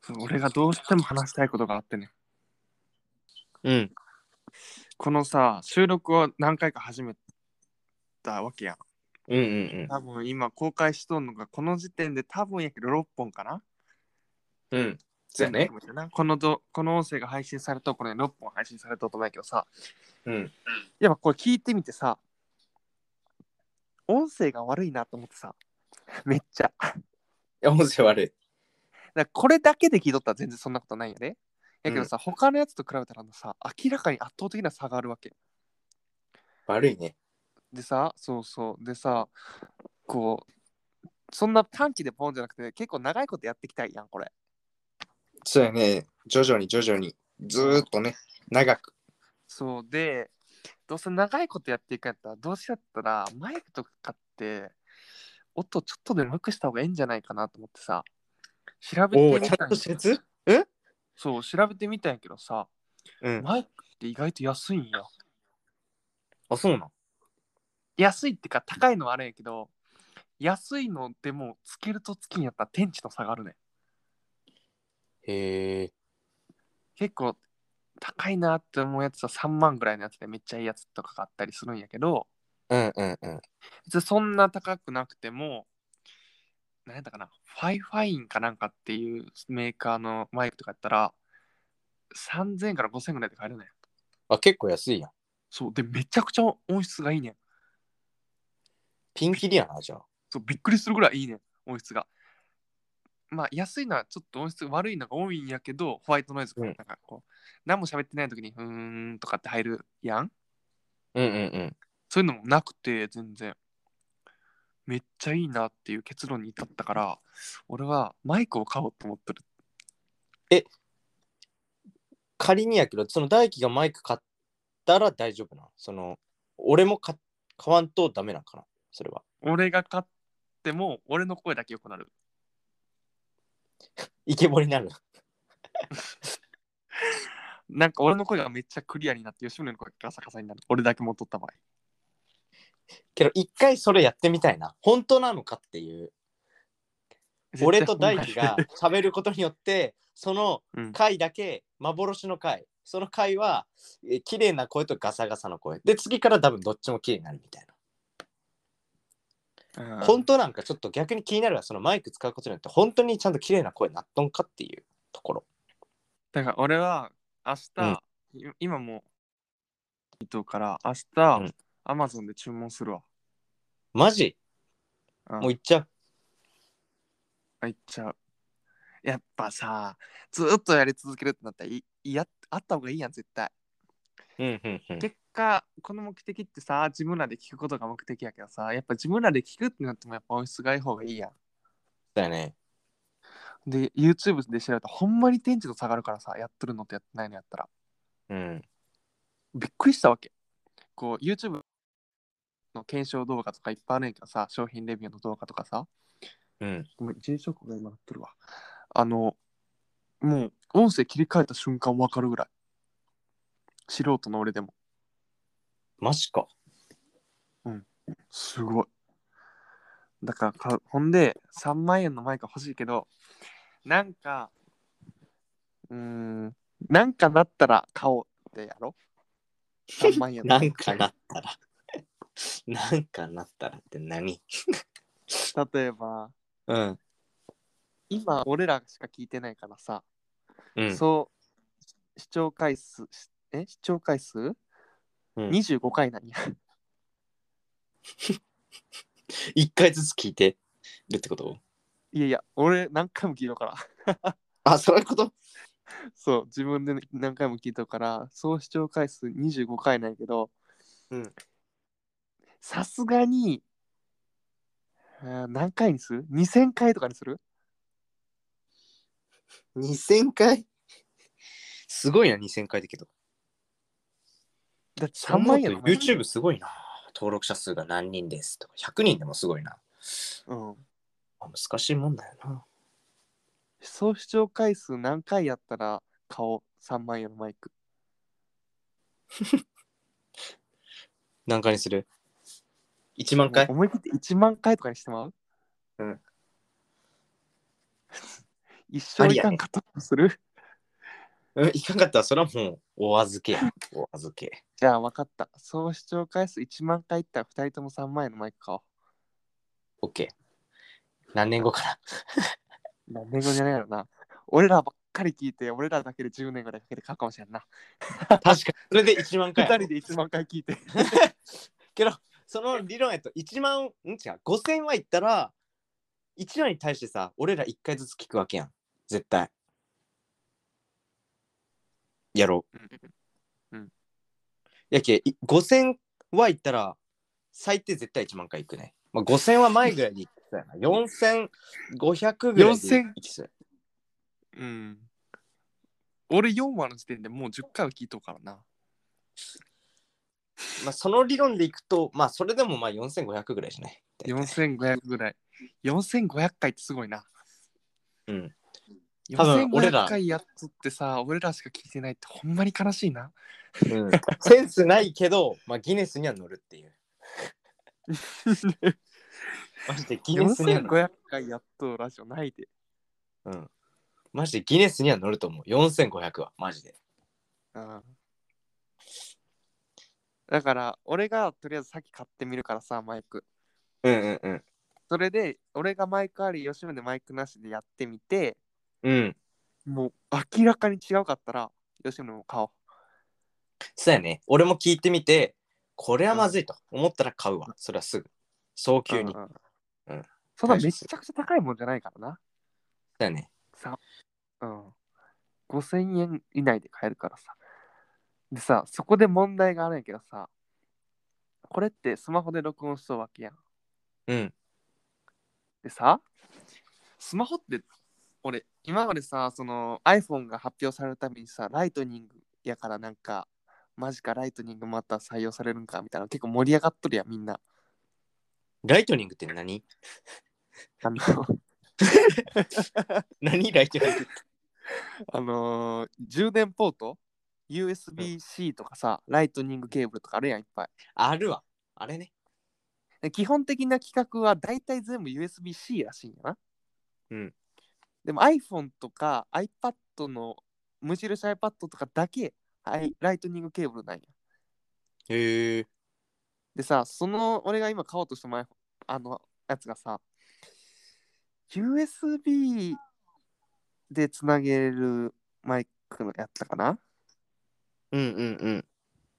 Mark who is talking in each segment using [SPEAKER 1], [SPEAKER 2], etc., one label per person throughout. [SPEAKER 1] そう俺がどうしても話したいことがあってね
[SPEAKER 2] うん。
[SPEAKER 1] このさ収録を何回か始めたわけやん
[SPEAKER 2] うんうん
[SPEAKER 1] 多分今公開しとんのがこの時点で多分やけど6本かな
[SPEAKER 2] うん。うん。そうやね。
[SPEAKER 1] このどこの音声が配信されたこれ6本配信されたと思うんやけどさ
[SPEAKER 2] うん。
[SPEAKER 1] やっぱこれ聞いてみてさ音声が悪いなと思ってさめっちゃ
[SPEAKER 2] いや、音声悪い。
[SPEAKER 1] だからこれだけで聞いとったら全然そんなことないんやで。やけどさ、他のやつと比べたらさ、明らかに圧倒的な差があるわけ。
[SPEAKER 2] 悪いね。
[SPEAKER 1] でさ、そうそう。でさ、こう、そんな短期でポンじゃなくて、結構長いことやっていきたいやん、これ。
[SPEAKER 2] そうやね。徐々に徐々に、ずーっとね、長く。
[SPEAKER 1] そうで、どうせ長いことやっていくんやったら、どうせやったら、マイクとかって、音ちょっとでも良くした方がいいんじゃないかなと思ってさ、調べ
[SPEAKER 2] お
[SPEAKER 1] て
[SPEAKER 2] お、
[SPEAKER 1] み
[SPEAKER 2] ち
[SPEAKER 1] た
[SPEAKER 2] ゃ
[SPEAKER 1] ん
[SPEAKER 2] ん
[SPEAKER 1] や
[SPEAKER 2] と説
[SPEAKER 1] そう、調べてみたんやけどさ、
[SPEAKER 2] うん。
[SPEAKER 1] マイクって意外と安いんや。
[SPEAKER 2] あ、そうなん。
[SPEAKER 1] 安いってか高いのはあれやけど安いのでもつけるとつきにやったら天地の差があるね
[SPEAKER 2] へえ。
[SPEAKER 1] 結構高いなって思うやつは3万ぐらいのやつでめっちゃいいやつとかがあったりするんやけど
[SPEAKER 2] うんうんうん。
[SPEAKER 1] 別にそんな高くなくても何やったかなファイファインかなんかっていうメーカーのマイクとかやったら3000円から5000円ぐらいで買えるね
[SPEAKER 2] あ、結構安いやん。
[SPEAKER 1] そうでめちゃくちゃ音質がいいねん
[SPEAKER 2] ピンキリやな、じゃあ。
[SPEAKER 1] そうびっくりするぐらいいいねん音質がまあ安いのはちょっと音質悪いのが多いんやけどホワイトノイズ
[SPEAKER 2] うん
[SPEAKER 1] なんかこう、何も喋ってない時に「うーん」とかって入るやん
[SPEAKER 2] うんうんうん。
[SPEAKER 1] そういうのもなくて全然めっちゃいいなっていう結論に至ったから俺はマイクを買おうと思ってる
[SPEAKER 2] 仮にやけど、その大輝がマイク買ったら大丈夫なの。その、俺も買買わんとダメなんかな、それは。
[SPEAKER 1] 俺が買っても俺の声だけ良くなる
[SPEAKER 2] イケボになる。
[SPEAKER 1] なんか俺の声がめっちゃクリアになって吉宗の声がガサガサになる俺だけも取った場合
[SPEAKER 2] けど、一回それやってみたいな。本当なのかっていう。俺と大輝が喋ることによってその
[SPEAKER 1] うん
[SPEAKER 2] 回だけ幻の回その回はえー綺麗な声とガサガサの声で次から多分どっちも綺麗になるみたい
[SPEAKER 1] うん
[SPEAKER 2] な本当なんかちょっと逆に気になるのはそのマイク使うことによって本当にちゃんと綺麗な声になっとんかっていうところ
[SPEAKER 1] だから俺は明日、い今も伊藤から明日、
[SPEAKER 2] うん
[SPEAKER 1] アマゾンで注文するわ。
[SPEAKER 2] マジ
[SPEAKER 1] うん
[SPEAKER 2] もういっちゃう
[SPEAKER 1] あ行っちゃう。やっぱさ、ずーっとやり続けるってなったらいいやあった方がいいやん、絶対。
[SPEAKER 2] うんうんうん
[SPEAKER 1] 結果、この目的ってさ、自分らで聞くことが目的やけどさ、やっぱ自分らで聞くってなってもやっぱ音質がいい方がいいや
[SPEAKER 2] だよね
[SPEAKER 1] ん。で、YouTube で調べたらほんまに天地と下がるからさ、やっとるのとやってないのやったら。
[SPEAKER 2] うん
[SPEAKER 1] びっくりしたわけ。こう YouTube の検証動画とかいっぱいあるんやけどさ、商品レビューの動画とかさ、
[SPEAKER 2] うん
[SPEAKER 1] ごめん、J ショックが今なってるわ。あの、もう音声切り替えた瞬間わかるぐらい。素人の俺でも。
[SPEAKER 2] マジか
[SPEAKER 1] すごい。だからか、ほんで、3万円のマイク欲しいけど、なんか、うーん、なんかなったら買おうってやろ ?3 万円の
[SPEAKER 2] なんかなったら なんかなったらって何
[SPEAKER 1] 例えば、
[SPEAKER 2] うん
[SPEAKER 1] 今俺らしか聞いてないからさ、
[SPEAKER 2] うん
[SPEAKER 1] そう視聴回数しえ視聴回数、
[SPEAKER 2] ん
[SPEAKER 1] ?25 回なんや
[SPEAKER 2] 一回ずつ聞いてるってこと
[SPEAKER 1] いやいや俺何回も聞いたから
[SPEAKER 2] あそういうこと
[SPEAKER 1] そう自分で何回も聞いたから総視聴回数25回なんやけど
[SPEAKER 2] うん
[SPEAKER 1] さすがにあー何回にする ?2000 回とかにする
[SPEAKER 2] 2000回すごいな、2000回だけど。
[SPEAKER 1] だって
[SPEAKER 2] そ
[SPEAKER 1] 3
[SPEAKER 2] んなこ
[SPEAKER 1] 万
[SPEAKER 2] と
[SPEAKER 1] 円の
[SPEAKER 2] YouTube すごいな。登録者数が何人ですとか、100人でもすごいな。
[SPEAKER 1] うん
[SPEAKER 2] あ難しいもんだよな。
[SPEAKER 1] 総視聴回数何回やったら買おう3万円のマイク
[SPEAKER 2] 何回にする ?1 万回
[SPEAKER 1] もう思い切って1万回とかにしてまう
[SPEAKER 2] うん。
[SPEAKER 1] 一生いかんかったとする
[SPEAKER 2] うんいかんかったらそれはもうお預けや。お預け。
[SPEAKER 1] じゃあ分かった。総視聴回数1万回いったら2人とも3万円のマイク買おう。
[SPEAKER 2] OK。何年後かな。
[SPEAKER 1] 何年後じゃないやろな。俺らばっかり聞いて、俺らだけで10年ぐらいかけて買うかもしれんな。
[SPEAKER 2] 確かに。それで1万
[SPEAKER 1] 2
[SPEAKER 2] 回や。
[SPEAKER 1] 人で1万回聞いて。
[SPEAKER 2] けど、その理論やと1万、ん違う、5000はいったら、1万に対してさ、俺ら1回ずつ聞くわけやん。絶対。やろう。
[SPEAKER 1] うん。
[SPEAKER 2] やけ、い5000はいったら、最低絶対1万回いくね。まあ、5000は前ぐらいに行きそうやな。4500ぐらいで行きそうや。
[SPEAKER 1] うん。俺4話の時点でもう10回は聞いとうからな。
[SPEAKER 2] まあ、その理論でいくと、まあ、それでもまあ4500ぐらいじゃない。大体
[SPEAKER 1] 4500ぐらい。4500回ってすごいな。
[SPEAKER 2] うん。多分俺ら
[SPEAKER 1] 4500回やっとってさ、俺らしか聞いてないってほんまに悲しいな。
[SPEAKER 2] うん、センスないけど、まあ、ギネスには乗るって いう。マジでギネスには乗る。
[SPEAKER 1] 4500回やっとうラジオないで。
[SPEAKER 2] うん、マジでギネスには乗ると思う。4500は、マジで。
[SPEAKER 1] うん。だから、俺がとりあえずさっき買ってみるからさ、マイク。
[SPEAKER 2] うんうんうん。
[SPEAKER 1] それで、俺がマイクあり、吉宗マイクなしでやってみて、
[SPEAKER 2] うん。
[SPEAKER 1] もう明らかに違うかったら、吉宗も買おう。
[SPEAKER 2] そうやね。俺も聞いてみて、これはまずいと思ったら買うわ。それはすぐ。早急に。
[SPEAKER 1] う
[SPEAKER 2] そ
[SPEAKER 1] んう
[SPEAKER 2] うんん。
[SPEAKER 1] そんなめちゃくちゃ高いもんじゃないからな。
[SPEAKER 2] うやね。
[SPEAKER 1] さ、うん。5000円以内で買えるからさ。でさ、そこで問題があるんやけどさ、これってスマホで録音しとうわけやん。
[SPEAKER 2] うん。
[SPEAKER 1] でさ、スマホって、俺、今までさ、その iPhone が発表されるたびにさ、ライトニングやからなんか、マジかライトニングまた採用されるんかみたいな、結構盛り上がっとるやん、み んな。
[SPEAKER 2] ライトニングって何
[SPEAKER 1] あの、
[SPEAKER 2] 何ライトニングって。
[SPEAKER 1] あのー充電ポート ?USB-C とかさ、ライトニングケーブルとかあるやん、いっぱい。
[SPEAKER 2] あるわ。あれね。
[SPEAKER 1] で基本的な規格は大体全部 USB-C らしいんやな。
[SPEAKER 2] うん。
[SPEAKER 1] でも iPhone とか iPad の無印 iPad とかだけ、はい、ライトニングケーブルなんや。
[SPEAKER 2] へえ。
[SPEAKER 1] でさ、その俺が今買おうとした前あのやつがさ、USB でつなげるマイクのやつだかな
[SPEAKER 2] うんうんうん。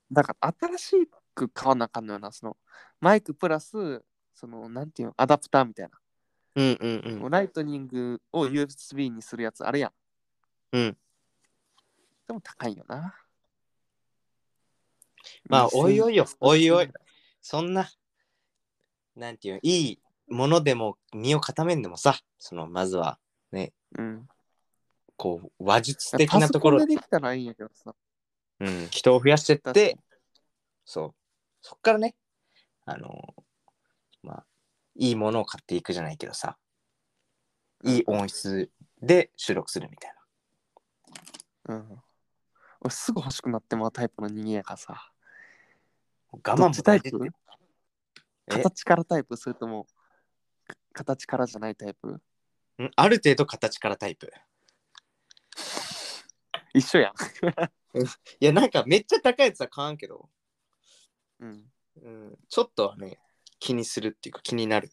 [SPEAKER 1] だから新しく買わなあかんのよな、そのマイクプラス、そのなんていうの、アダプターみたいな。
[SPEAKER 2] うんうん
[SPEAKER 1] もうライトニングを USB にするやつあれやん。
[SPEAKER 2] うん。
[SPEAKER 1] でも高いよな。
[SPEAKER 2] まあ
[SPEAKER 1] 2000
[SPEAKER 2] おいおいよおいおい。そんな、なんていう、いいものでも身を固めんでもさ、そのまずは、
[SPEAKER 1] うん。
[SPEAKER 2] こう、話術
[SPEAKER 1] 素
[SPEAKER 2] 的なところ
[SPEAKER 1] で、できたらいいんやけどさ。
[SPEAKER 2] うん、人を増やしてっ
[SPEAKER 1] 確か
[SPEAKER 2] て
[SPEAKER 1] に、
[SPEAKER 2] そう、そっからね、あの、まあ、いいものを買っていくじゃないけどさ、いい音質で収録するみたいな。
[SPEAKER 1] うん。俺すぐ欲しくなってまうタイプの人間やからさ。
[SPEAKER 2] 我慢
[SPEAKER 1] ど
[SPEAKER 2] も
[SPEAKER 1] っちタイプ
[SPEAKER 2] 大事え
[SPEAKER 1] 形からタイプそれともか形からじゃないタイプ
[SPEAKER 2] うんある程度形からタイプ。
[SPEAKER 1] 一緒やん。
[SPEAKER 2] いや、なんかめっちゃ高いやつは買わんけど、
[SPEAKER 1] うん。
[SPEAKER 2] うん、ちょっとはね、気にするっていうか気になる。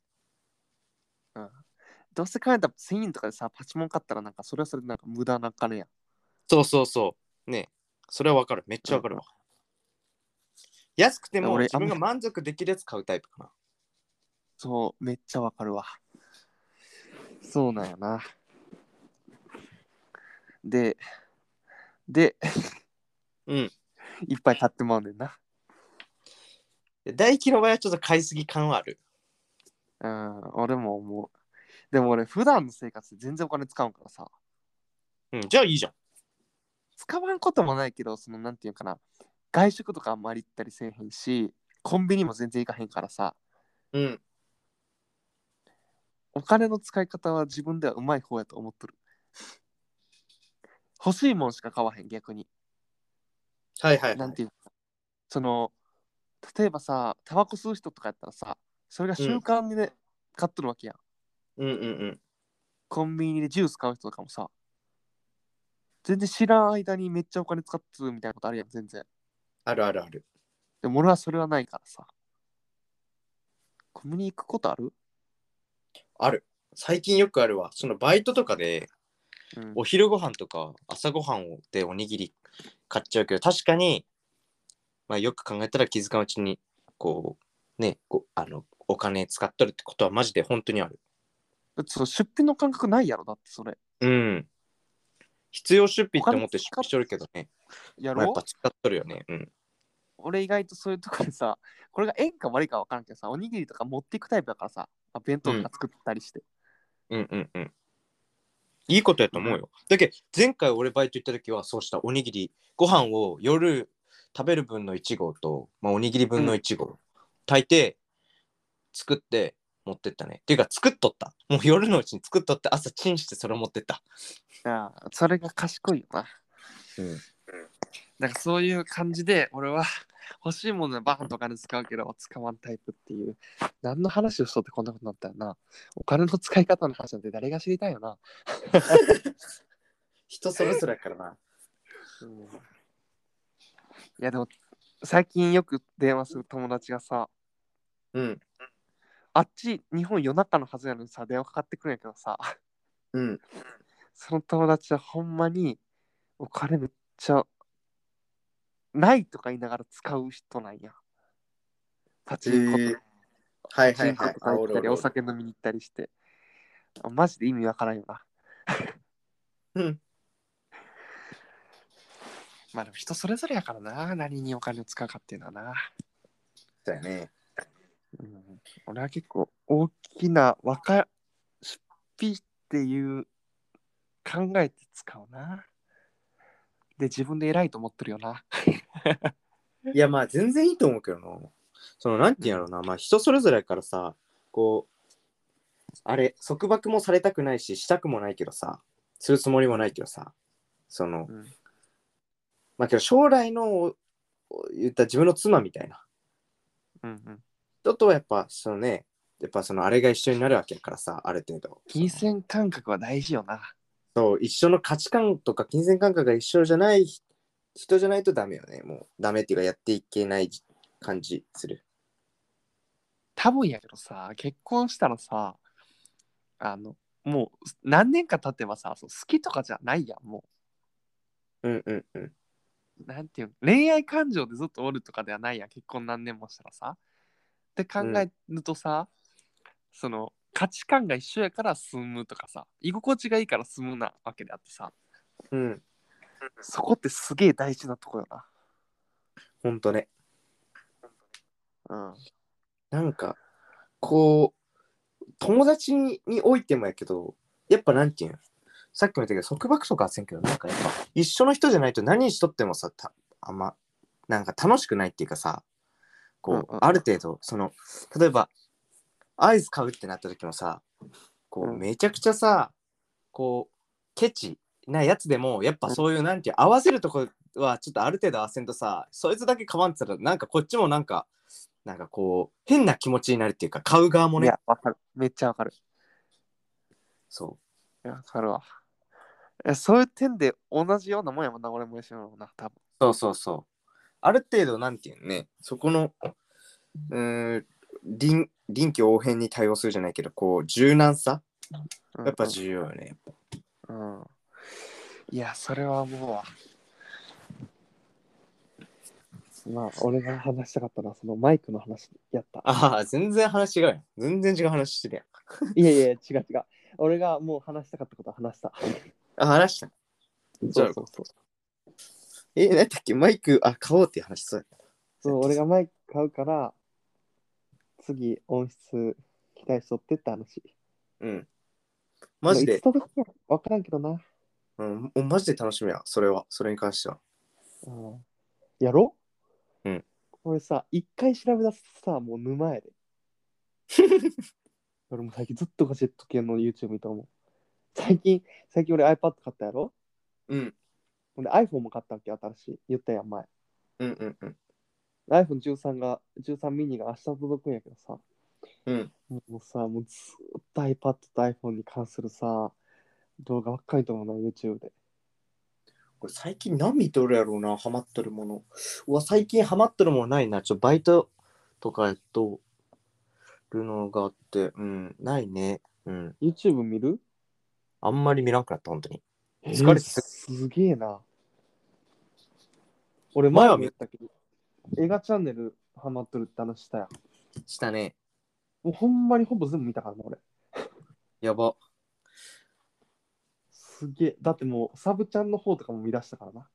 [SPEAKER 1] どうせ買えたら1000円とかでさ、パチモン買ったらなんかそれはそれでなんか無駄な金やん。
[SPEAKER 2] そうそうそう。ねそれはわかる。めっちゃわかるわ。安くても
[SPEAKER 1] 俺
[SPEAKER 2] 自分
[SPEAKER 1] あ
[SPEAKER 2] が
[SPEAKER 1] ん
[SPEAKER 2] 満足できるやつ買うタイプか
[SPEAKER 1] そう、めっちゃわかるわ。そうなんやな。で、で、
[SPEAKER 2] な。うん。
[SPEAKER 1] いっぱい買ってまうねんな。
[SPEAKER 2] で大輝の場合はちょっと買いすぎ感はある。
[SPEAKER 1] うん、俺も思う。でも俺、普段の生活で全然お金使うんからさ。
[SPEAKER 2] うん。じゃあいいじゃん。
[SPEAKER 1] 使わんこともないけど、その、なんていうかな。外食とかあんまり行ったりせえへんし、コンビニも全然行かへんからさ。
[SPEAKER 2] うん。
[SPEAKER 1] お金の使い方は自分ではうまい方やと思っとる。欲しいもんしか買わへん、逆に。
[SPEAKER 2] はいはい、
[SPEAKER 1] な
[SPEAKER 2] は
[SPEAKER 1] ん
[SPEAKER 2] い。
[SPEAKER 1] ていうかその例えばさタバコ吸う人とかやったらさそれが習慣で買っとるわけやん、
[SPEAKER 2] うんうんうん。
[SPEAKER 1] コンビニでジュース買う人とかもさ、全然知らん間にめっちゃお金使ってるみたいなことあるやん、全然。
[SPEAKER 2] あるあるある。
[SPEAKER 1] でも俺はそれはないからさ。コンビニ行くことある
[SPEAKER 2] ある。最近よくあるわ。そのバイトとかで、
[SPEAKER 1] うん
[SPEAKER 2] お昼ご飯とか朝ご飯をでおにぎり買っちゃうけど、確かに、まあ、よく考えたら気づかんうちに、こう、ね、こうあの、お金使っとるってことはマジで本当にある。
[SPEAKER 1] だってその出費の感覚ないやろ、だってそれ。
[SPEAKER 2] うん。必要出費って思って出費しとるけどね。
[SPEAKER 1] や
[SPEAKER 2] まあ、や
[SPEAKER 1] ろ
[SPEAKER 2] っぱ使っとるよね。うん。
[SPEAKER 1] 俺意外とそういうとこでさ、 これが縁か悪いか分からんけどさ、おにぎりとか持っていくタイプだからさ、あ弁当とか作ったりして。
[SPEAKER 2] うんうんうん。いいことやと思うよ。だけど前回俺バイト行った時はそうしたおにぎり、ご飯を夜食べる分の1合と、まあ、おにぎり分の1合、炊いて作って持ってったね。っていうか作っとった。もう夜のうちに作っとって朝チンしてそれを持ってった。
[SPEAKER 1] ああそれが賢いよな。
[SPEAKER 2] うん。
[SPEAKER 1] なんかそういう感じで、俺は欲しいものはバーンとお金使うけど、使わんタイプっていう。何の話をしとってこんなことになったよな。お金の使い方の話なんて誰が知りたいよな。
[SPEAKER 2] 人それぞれやからな。
[SPEAKER 1] いやでも、最近よく電話する友達がさ、
[SPEAKER 2] うん。
[SPEAKER 1] あっち日本夜中のはずやのにさ、電話かかってくるんやけどさ、
[SPEAKER 2] うん。
[SPEAKER 1] その友達はほんまにお金めっちゃないとか言いながら使う人なんや。パチンコとか。
[SPEAKER 2] はい
[SPEAKER 1] パチンコとか行ったり、お酒飲みに行ったりして。あマジで意味わからんよな。
[SPEAKER 2] うん。
[SPEAKER 1] まあでも人それぞれやからな、何にお金を使うかっていうのはな。
[SPEAKER 2] だよね。
[SPEAKER 1] うん、俺は結構大きな若出費っていう考えて使うな。で、自分で偉いと思ってるよな。
[SPEAKER 2] いやまあ全然いいと思うけどな。そのなんていうんやろうな、まあ人それぞれやからさ、こう、あれ、束縛もされたくないし、したくもないけどさ、するつもりもないけどさ、その、
[SPEAKER 1] うん
[SPEAKER 2] まあけど将来の、お言ったら自分の妻みたいな
[SPEAKER 1] うんうん、
[SPEAKER 2] 人とはやっぱそのね、やっぱそのあれが一緒になるわけやからさ、ある程度。
[SPEAKER 1] 金銭感覚は大事よな。
[SPEAKER 2] そう、一緒の価値観とか金銭感覚が一緒じゃない人じゃないとダメよね。もうダメっていうかやっていけない感じする。
[SPEAKER 1] 多分やけどさ結婚したらさあのもう何年か経ってばさそう好きとかじゃないやんも
[SPEAKER 2] うんうんうん。
[SPEAKER 1] うなんていうの恋愛感情でずっとおるとかではないやん結婚何年もしたらさって考えるとさ、その価値観が一緒やから住むとかさ居心地がいいから住むなわけであってさ
[SPEAKER 2] うん。
[SPEAKER 1] そこってすげえ大事なとこよな
[SPEAKER 2] ほんとね。
[SPEAKER 1] うん
[SPEAKER 2] なんか、こう、友達においてもやけど、やっぱなんていうんさっきも言ったけど、束縛とかはせんけど、なんかやっぱ、一緒の人じゃないと何しとってもさ、たあんま、なんか楽しくないっていうかさ、こう、
[SPEAKER 1] うんうん
[SPEAKER 2] ある程度、その、例えば、アイス買うってなった時もさ、こ
[SPEAKER 1] う
[SPEAKER 2] う、
[SPEAKER 1] ん
[SPEAKER 2] めちゃくちゃさ、こう、ケチなやつでも、やっぱそういう、なんていう、合わせるとこは、ちょっとある程度合わせんとさ、そいつだけ買わんって言ったら、なんかこっちもなんか、なんかこう、変な気持ちになるっていうか、買う側も
[SPEAKER 1] い
[SPEAKER 2] ね
[SPEAKER 1] や、わかるめっちゃわかる
[SPEAKER 2] そ
[SPEAKER 1] いやわかるわえそういう点で同じようなもんやもんな俺も一緒やもんな多分
[SPEAKER 2] うそうそうそう。ある程度、なんていうのね、そこの、うーん、臨臨機応変に対応するじゃないけど、こう、柔軟さ、
[SPEAKER 1] うん
[SPEAKER 2] やっぱ重要よね。
[SPEAKER 1] うんいや、それはもう。まあ、俺が話したかったのは、そのマイクの話やった。
[SPEAKER 2] ああ、全然話違うやん。全然違う話してるやん。
[SPEAKER 1] いやいや、違う違う。俺がもう話したかったことは話した。
[SPEAKER 2] あ、話した。じ
[SPEAKER 1] そ
[SPEAKER 2] ゃ
[SPEAKER 1] う
[SPEAKER 2] あ
[SPEAKER 1] そうそう。
[SPEAKER 2] え、なんだっけ、マイク、あ、買おうっていう話、そうや
[SPEAKER 1] そう俺がマイク買うから、次、音質期待しとってって話。
[SPEAKER 2] うん。マジ
[SPEAKER 1] まあい
[SPEAKER 2] で
[SPEAKER 1] つ、届くか分からんけどな。
[SPEAKER 2] うん、おマジで楽しみや、それは、それに関しては。
[SPEAKER 1] うん、やろ
[SPEAKER 2] うん。
[SPEAKER 1] 俺さ、一回調べ出すとさ、もう沼やで。俺も最近ずっとガジェット系の YouTube 見たもん。最近、最近俺 iPad 買ったやろ
[SPEAKER 2] うん、
[SPEAKER 1] ほんで iPhone も買ったわけ、新しい。言ったやん、前。
[SPEAKER 2] うん、うん、うん。
[SPEAKER 1] iPhone13 が、13 mini が明日届くんやけどさ。
[SPEAKER 2] うん
[SPEAKER 1] もうさ、もうずーっと iPad と iPhone に関するさ、動画ばっかりと思うな、YouTube で。
[SPEAKER 2] これ最近何見とるやろうな、ハマっとるもの。うわ、最近ハマっとるものないな。ちょ、バイトとかやっとるのがあって、うん、ないね。うん。
[SPEAKER 1] YouTube 見る
[SPEAKER 2] あんまり見らんくなった、本当に。疲
[SPEAKER 1] え
[SPEAKER 2] れ
[SPEAKER 1] ー
[SPEAKER 2] て
[SPEAKER 1] すげえな。俺
[SPEAKER 2] 前
[SPEAKER 1] 前
[SPEAKER 2] は
[SPEAKER 1] は
[SPEAKER 2] 見
[SPEAKER 1] 見ったけど、映画チャンネルハマっとるって話したやん。
[SPEAKER 2] したね。
[SPEAKER 1] もうほんまにほぼ全部見たからな、俺。
[SPEAKER 2] やば。
[SPEAKER 1] すげえ。だってもうサブちゃんの方とかも見出したからな。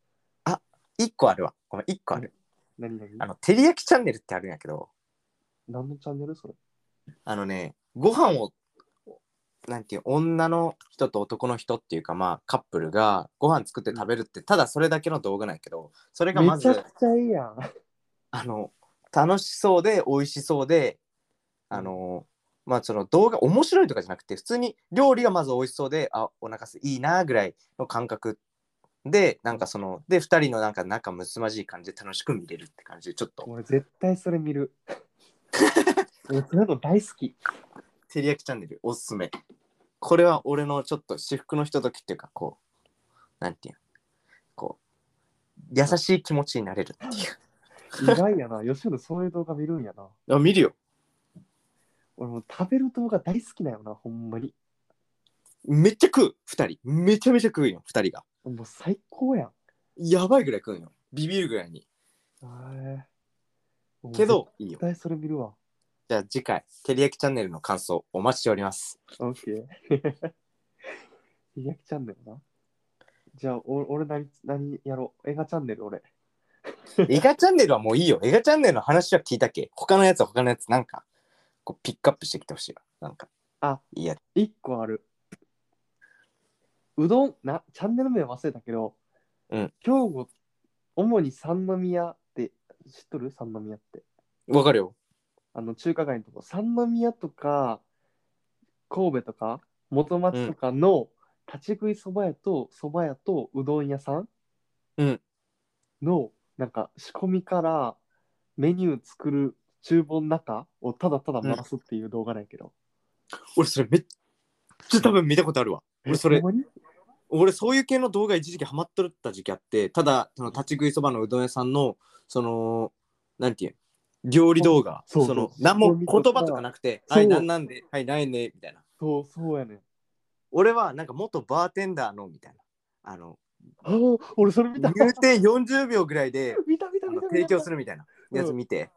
[SPEAKER 2] 一個あるわ。ごめん、一個ある。
[SPEAKER 1] 何何
[SPEAKER 2] あの、照り焼きチャンネルってあるんやけど、
[SPEAKER 1] 何のチャンネルそれ
[SPEAKER 2] あのね、ご飯を、なんていう、女の人と男の人っていうか、まあ、カップルがご飯作って食べるって、ただそれだけの動画なんやけど、それがま
[SPEAKER 1] めち
[SPEAKER 2] ず
[SPEAKER 1] ゃ、くちゃいいやん。
[SPEAKER 2] あの、楽しそうで、美味しそうで、あの、まあ、その動画、面白いとかじゃなくて、普通に料理がまず美味しそうで、あ、お腹すいいなぐらいの感覚で、なんかその、で、2人のなんか仲むつまじい感じで楽しく見れるって感じで、ちょっと、
[SPEAKER 1] 俺絶対それ見 る。俺そういうの大好き。
[SPEAKER 2] 照り焼きチャンネルおすすめ。これは俺のちょっと至福のひとときっていうか、こう、なんていうのこう、優しい気持ちになれるっていう
[SPEAKER 1] 意外やな。吉野そういう動画見るんやな。。
[SPEAKER 2] あ、見るよ。
[SPEAKER 1] 俺もう食べる動画大好きなんよな、ほんまに。
[SPEAKER 2] めっちゃ食う、2人。めちゃめちゃ食うよ、2人が。
[SPEAKER 1] もう最高やん。
[SPEAKER 2] やばいぐらい食うんよ。ビビるぐらいに。
[SPEAKER 1] へえ
[SPEAKER 2] け、 ど、いいよ
[SPEAKER 1] 絶。対それ見るわ。
[SPEAKER 2] じゃあ次回、照り焼きチャンネルの感想お待ちしており ます。
[SPEAKER 1] オッケー。 リアキチャンネルな。じゃあ、お俺何、何やろう映画チャンネル俺。
[SPEAKER 2] 映画チャンネルはもういいよ。映画チャンネルの話は聞いたっけ他のやつは他のやつなんか、こうピックアップしてきてほしいわ。なんか、
[SPEAKER 1] あ、
[SPEAKER 2] いいやつ。
[SPEAKER 1] 一個ある。うどん、な、チャンネル名忘れたけど、
[SPEAKER 2] うん。
[SPEAKER 1] 兵庫、主に三宮って、知っとる三宮って。
[SPEAKER 2] わかるよ。
[SPEAKER 1] あの、中華街のとこ。三宮とか、神戸とか、元町とかの立ち食いそば屋と、そば屋とうどん屋さん
[SPEAKER 2] うん。
[SPEAKER 1] のなんか仕込みからメニュー作る厨房の中をただただ回すっていう動画なんやけど、
[SPEAKER 2] 俺それめっちゃ多分見たことあるわ。俺それ
[SPEAKER 1] ほんまに
[SPEAKER 2] 俺そういう系の動画一時期ハマっとった時期あってただその立ち食いそばのうどん屋さんのそのなんていう料理動画
[SPEAKER 1] そう
[SPEAKER 2] そ
[SPEAKER 1] そう
[SPEAKER 2] の
[SPEAKER 1] そう
[SPEAKER 2] 何も
[SPEAKER 1] そう
[SPEAKER 2] 言
[SPEAKER 1] 見とった
[SPEAKER 2] 葉とかなくて「
[SPEAKER 1] そう
[SPEAKER 2] はいなんなんではいないね」みたいな
[SPEAKER 1] そうそうやねん
[SPEAKER 2] 俺はなんか元バーテンダーのみたいなあの
[SPEAKER 1] あー俺それ見た
[SPEAKER 2] 入店40秒ぐらいで
[SPEAKER 1] 見 た見た
[SPEAKER 2] あ
[SPEAKER 1] 見
[SPEAKER 2] の
[SPEAKER 1] た
[SPEAKER 2] 提供す
[SPEAKER 1] る
[SPEAKER 2] るみたいなやつ見て、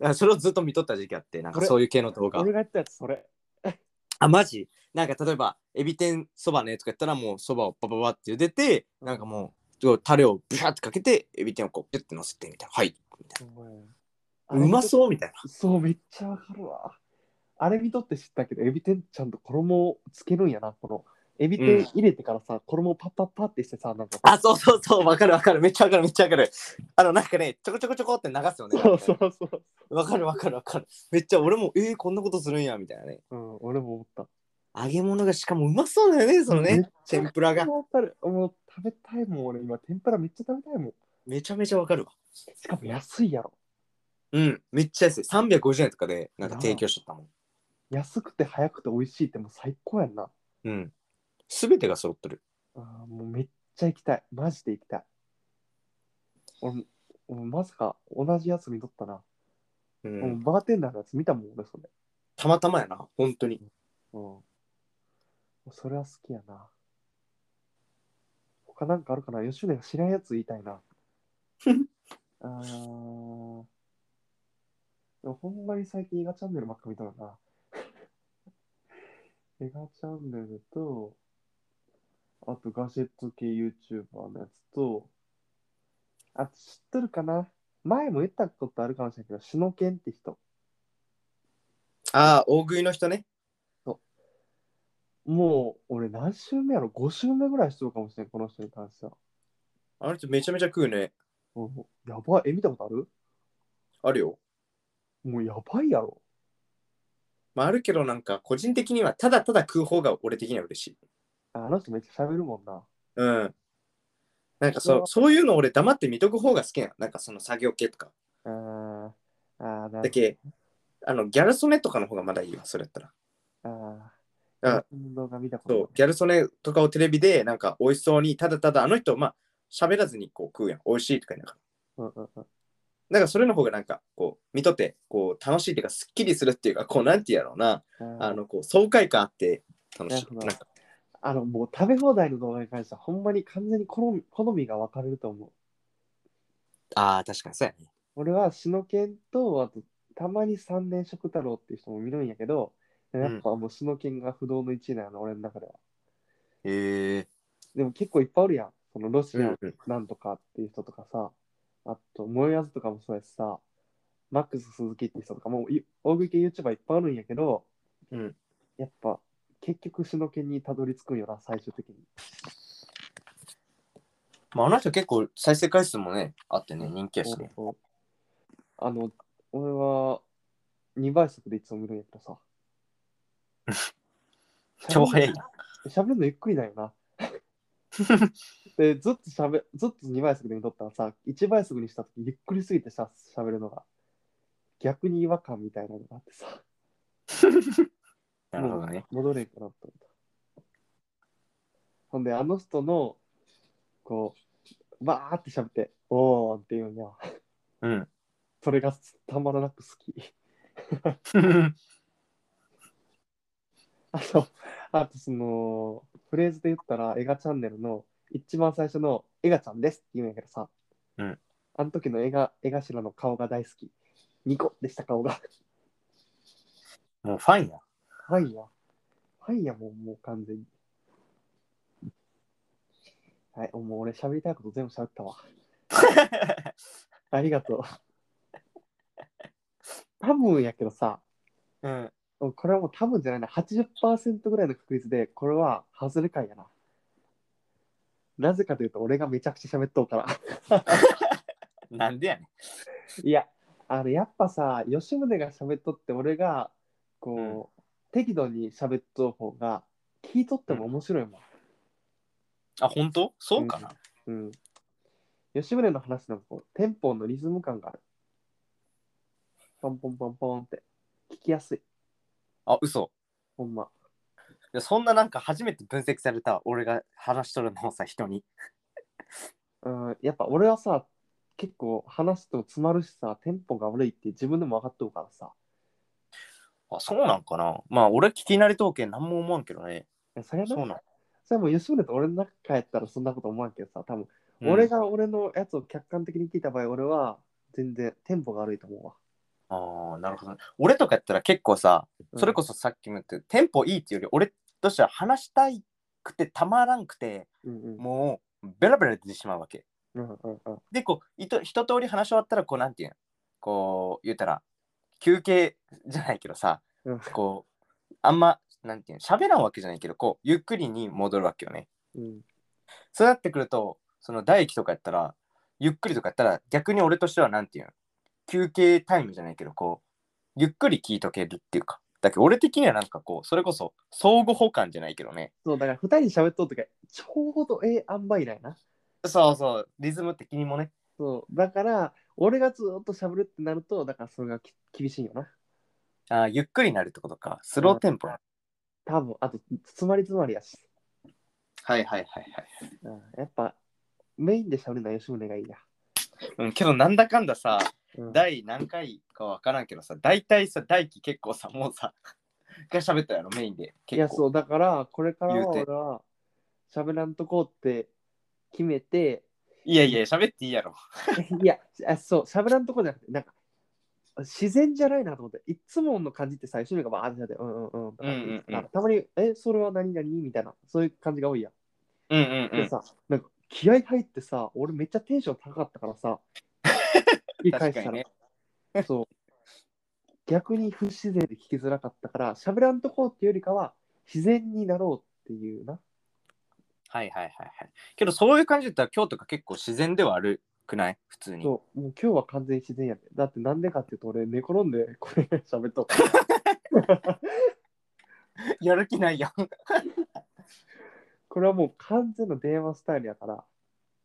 [SPEAKER 2] あそれをずっと見とった時期あってなんか
[SPEAKER 1] 俺
[SPEAKER 2] そういう系の動画
[SPEAKER 1] 俺がやったやつそれ
[SPEAKER 2] あ、マジなんか例えば、エビ天そばねとか言ったら、もうそばをバババって茹でて、なんかもう、ちょっとタレをブシャってかけて、エビ天をこう、ピュッて乗せてみたいな。はい。みたいなうま
[SPEAKER 1] う
[SPEAKER 2] そうみたいな。
[SPEAKER 1] そうめっちゃわかるわあれ見とって知ったけどエビ天ちゃんと衣をつけるんやなこのエビ
[SPEAKER 2] うん
[SPEAKER 1] 天入れてからさ、衣をパッパッパってしてさなんか
[SPEAKER 2] あ、そうそうそう、わかるわかる。めっちゃわかる、めっちゃわかる。あの、なんかね、ちょこちょこちょこって流すよね。
[SPEAKER 1] そうそうそう、
[SPEAKER 2] わかるわかるわかる。めっちゃ俺も、えー、こんなことするんや、みたいなね。
[SPEAKER 1] うん、俺も思った
[SPEAKER 2] 揚げ物がしかもうまそうだよね、その
[SPEAKER 1] めっ
[SPEAKER 2] ね、天ぷらが。
[SPEAKER 1] わかるもう食べたいもん俺今天ぷらめっちゃ食べたいもん
[SPEAKER 2] めちゃめちゃわかるわ。
[SPEAKER 1] しかも安いやろ。
[SPEAKER 2] うん、めっちゃ安い。350円とかで、なんか提供しちゃったもん。
[SPEAKER 1] 安くて早くて美味しいってもう最高やんな。
[SPEAKER 2] うん。すべてが揃ってる。
[SPEAKER 1] あーもうめっちゃ行きたい。マジで行きたい。俺も、俺もまさか同じやつ見とったな。
[SPEAKER 2] う
[SPEAKER 1] 俺も
[SPEAKER 2] ん。
[SPEAKER 1] バーテンダーのやつ見たもん、俺それ。
[SPEAKER 2] たまたまやな、本当に。
[SPEAKER 1] うん。それは好きやな。他なんかあるかな吉野が知らんやつ言いたいな。あーでもほんまに最近映画チャンネルばっか見たのな。 映画チャンネルと、あとガジェット系 YouTuber のやつと、あと知っとるかな前も言ったことあるかもしれないけど、シノケンって人。
[SPEAKER 2] ああ、大食いの人ね。
[SPEAKER 1] もう、俺何週目やろ ?5 週目ぐらいしてるかもしれん、この人に関しては。
[SPEAKER 2] あの人めちゃめちゃ食うね。
[SPEAKER 1] もうやばい。え、見たことある
[SPEAKER 2] あるよ。
[SPEAKER 1] もうやばいやろ。
[SPEAKER 2] まあ、あるけどなんか個人的にはただただ食う方が俺的には嬉しい。
[SPEAKER 1] ああの人めっちゃ喋るもんな。
[SPEAKER 2] うん。なんか
[SPEAKER 1] う
[SPEAKER 2] そう
[SPEAKER 1] わ
[SPEAKER 2] そういうの俺黙って見とく方が好きやん。なんかその作業系とか。
[SPEAKER 1] あーあー、な
[SPEAKER 2] だけあのギャル曽根とかの方がまだいいわ、それやったら。
[SPEAKER 1] あ
[SPEAKER 2] あ
[SPEAKER 1] 動画見たこ
[SPEAKER 2] そう
[SPEAKER 1] と
[SPEAKER 2] ギャル曽根とかをテレビでなんか美味しそうにただただあの人まあ喋らずにこう食うやん美味しいとか言いながら
[SPEAKER 1] ない。うんうんうん
[SPEAKER 2] なんかそれの方がなんかこう見とってこう楽しいっていうかすっきりするっていうかこうなんて言うやろうなあのこう爽快感あって楽し
[SPEAKER 1] ないるほど
[SPEAKER 2] なんか
[SPEAKER 1] あの、もう食べ放題の動画に関しては、ほんまに完全に好み好みが分かれると思う。
[SPEAKER 2] ああ確かにそうやね
[SPEAKER 1] 俺はシノケンと、あと、たまに三年食太郎っていう人も見るんやけど、やっぱもうシノケンが不動の1位なの、俺の中では。
[SPEAKER 2] へえ
[SPEAKER 1] でも結構いっぱいおるやん。そのロシ
[SPEAKER 2] うん
[SPEAKER 1] ア
[SPEAKER 2] うん
[SPEAKER 1] なんとかっていう人とかさ、あと、もやずとかもそうやしさ、マックス鈴木って人とかもうい大食い系 YouTuber いっぱいあるんやけど、
[SPEAKER 2] うん
[SPEAKER 1] やっぱ結局シノケンにたどり着くんよな、最終的に。
[SPEAKER 2] まああの人結構再生回数もねあってね人気やしね
[SPEAKER 1] そうそうあの、俺は2倍速でいつも見るんやけどさ。
[SPEAKER 2] 超早いな
[SPEAKER 1] 喋るのゆっくりだよな。 でずっとしゃべずっと2倍速で見とったらさ1倍速にした時ゆっくりすぎてしゃ喋るのが逆に違和感みたいなのがあってさ
[SPEAKER 2] なるほどね
[SPEAKER 1] 戻れんかなと思った。ほんであの人のこうバーって喋って「おー」っていうのは
[SPEAKER 2] うん
[SPEAKER 1] それがたまらなく好き。 あと、あとその、フレーズで言ったら、映画チャンネルの一番最初の、エガちゃんですって言うんやけどさ、
[SPEAKER 2] うん。
[SPEAKER 1] あの時の映画、映画頭の顔が大好き。ニコでした顔が。
[SPEAKER 2] もうファンや
[SPEAKER 1] ファイヤー。ファイヤーももう完全に。はい、もう俺喋りたいこと全部喋ったわ。ありがとう。 多分やけどさ、
[SPEAKER 2] うん
[SPEAKER 1] これはもう多分じゃないな、80%ぐらいの確率で、これは外れ回やな。なぜかというと、俺がめちゃくちゃ喋っとうから。
[SPEAKER 2] なんでやね
[SPEAKER 1] いや、 あの、やっぱさ、吉宗が喋っとって、俺が、こう、適度に喋っとう方が、聞いとっても面白いもん。
[SPEAKER 2] あ本当そうかな
[SPEAKER 1] うん。吉宗の話のこうテンポのリズム感がある。ポンポンポンポンって。聞きやすい。
[SPEAKER 2] あ嘘
[SPEAKER 1] ほんま。
[SPEAKER 2] いやそんななんか初めて分析された俺が話しとるのをさ人に
[SPEAKER 1] うん、やっぱ俺はさ、結構話すと詰まるしさ、テンポが悪いって自分でも分かっとるからさ。
[SPEAKER 2] あそうなんかなまあ俺聞き慣れとうけん何も思わんけどね
[SPEAKER 1] いやそれは
[SPEAKER 2] そうな
[SPEAKER 1] な、
[SPEAKER 2] ん
[SPEAKER 1] それはもう吉宗と俺の中帰ったらそんなこと思わんけどさ、多分、
[SPEAKER 2] うん
[SPEAKER 1] 俺が俺のやつを客観的に聞いた場合、俺は全然テンポが悪いと思うわ。
[SPEAKER 2] ああなるほどね俺とかやったら結構さ
[SPEAKER 1] うん
[SPEAKER 2] それこそさっきも言った、テンポいいっていうより俺としては話したいくてたまらんくて
[SPEAKER 1] うんうん。
[SPEAKER 2] もうベラベラ出てしまうわけ
[SPEAKER 1] うんうんうん。
[SPEAKER 2] でこういと一通り話し終わったらこうなんていうんこう言うたら休憩じゃないけどさ
[SPEAKER 1] うん
[SPEAKER 2] こうあんまなんていうん喋らんわけじゃないけどこうゆっくりに戻るわけよね
[SPEAKER 1] うん
[SPEAKER 2] そうなってくると、その大輝とかやったら、ゆっくりとかやったら、逆に俺としてはなんていうの休憩タイムじゃないけど、こう、ゆっくり聞いとけるっていうか。だけど俺的にはなんかこう、それこそ相互補完じゃないけどね。
[SPEAKER 1] そう、だから二人で喋っとるとか、ちょうどええ塩梅だよな。
[SPEAKER 2] そうそう、リズム的にもね。
[SPEAKER 1] そう、だから、俺がずーっと喋るってなると、だからそれがき厳しいよな。
[SPEAKER 2] あーゆっくりになるってことか。スローテンポな。
[SPEAKER 1] 多分、あと、詰まり詰まりやし。
[SPEAKER 2] はいはいはいはい。
[SPEAKER 1] うんやっぱ、メインで喋るのは吉宗がいいな。
[SPEAKER 2] うん、けどなんだかんださ、
[SPEAKER 1] うん
[SPEAKER 2] 第何回かわからんけどさ、大体さ、大輝結構さ、もうさ、 が喋ったやろ、メインで。
[SPEAKER 1] いや、
[SPEAKER 2] 結構
[SPEAKER 1] そう、だから、これからは
[SPEAKER 2] 言
[SPEAKER 1] 俺
[SPEAKER 2] う
[SPEAKER 1] は、喋らんとこうって決めて、
[SPEAKER 2] いやいや、喋っていいやろ。
[SPEAKER 1] いや、あそう、喋らんとこじゃなくて、なんか、自然じゃないなと思って、いつもの感じって最初にがバーってなって、うんうんうん。
[SPEAKER 2] うんうんうん
[SPEAKER 1] なんかたまに、え、それは何々みたいな、そういう感じが多いやん。
[SPEAKER 2] うんうんうん
[SPEAKER 1] で。さ、なんか気合入ってさ、俺めっちゃテンション高かったから さ、言い返したら、
[SPEAKER 2] 確
[SPEAKER 1] そう。逆に不自然で聞きづらかったから、喋らんとこうっていうよりかは、自然になろうっていうな。
[SPEAKER 2] はいはいはいはい。けどそういう感じだったら今日とか結構自然ではあるくない普通に。
[SPEAKER 1] そう、もう今日は完全に自然やで。だってなんでかっていうと、俺寝転んでこれ喋っと った。
[SPEAKER 2] やる気ないやん。
[SPEAKER 1] これはもう完全の電話スタイルやから、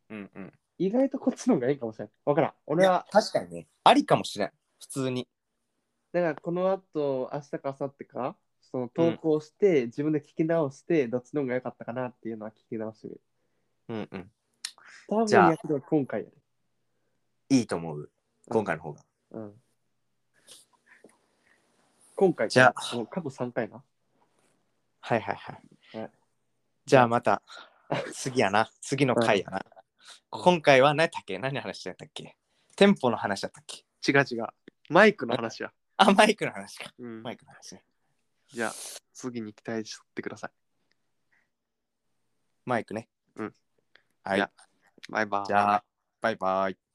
[SPEAKER 2] うんうん。
[SPEAKER 1] 意外とこっちの方がいいかもしれない。わからん。
[SPEAKER 2] こ
[SPEAKER 1] 俺
[SPEAKER 2] れ
[SPEAKER 1] は
[SPEAKER 2] は、確かにね。ありかもしれん。普通に。
[SPEAKER 1] だからこの後、明日か明後日か、その投稿して、自分で聞き直して、どっちの方が良かったかなっていうのは聞き直してみる。
[SPEAKER 2] うんうん。
[SPEAKER 1] 多分
[SPEAKER 2] じゃあ
[SPEAKER 1] やけど今回やで。
[SPEAKER 2] いいと思う。今回の方が。
[SPEAKER 1] うん。今回、
[SPEAKER 2] じゃ
[SPEAKER 1] あ、もう過去3回な。
[SPEAKER 2] はいはいはい。
[SPEAKER 1] はい
[SPEAKER 2] じゃあまた、次やな。次の回やな。今回は何やったっけ何の話だったっけ店舗の話だったっけ
[SPEAKER 1] 違う違う。マイクの話や。
[SPEAKER 2] あ、マイクの話か。
[SPEAKER 1] うん
[SPEAKER 2] マイクの話ね。
[SPEAKER 1] じゃあ、次に期待しとってください。
[SPEAKER 2] マイクね。
[SPEAKER 1] うん。
[SPEAKER 2] はい
[SPEAKER 1] じゃ。バイバーイ。
[SPEAKER 2] じゃあ、バイバイ。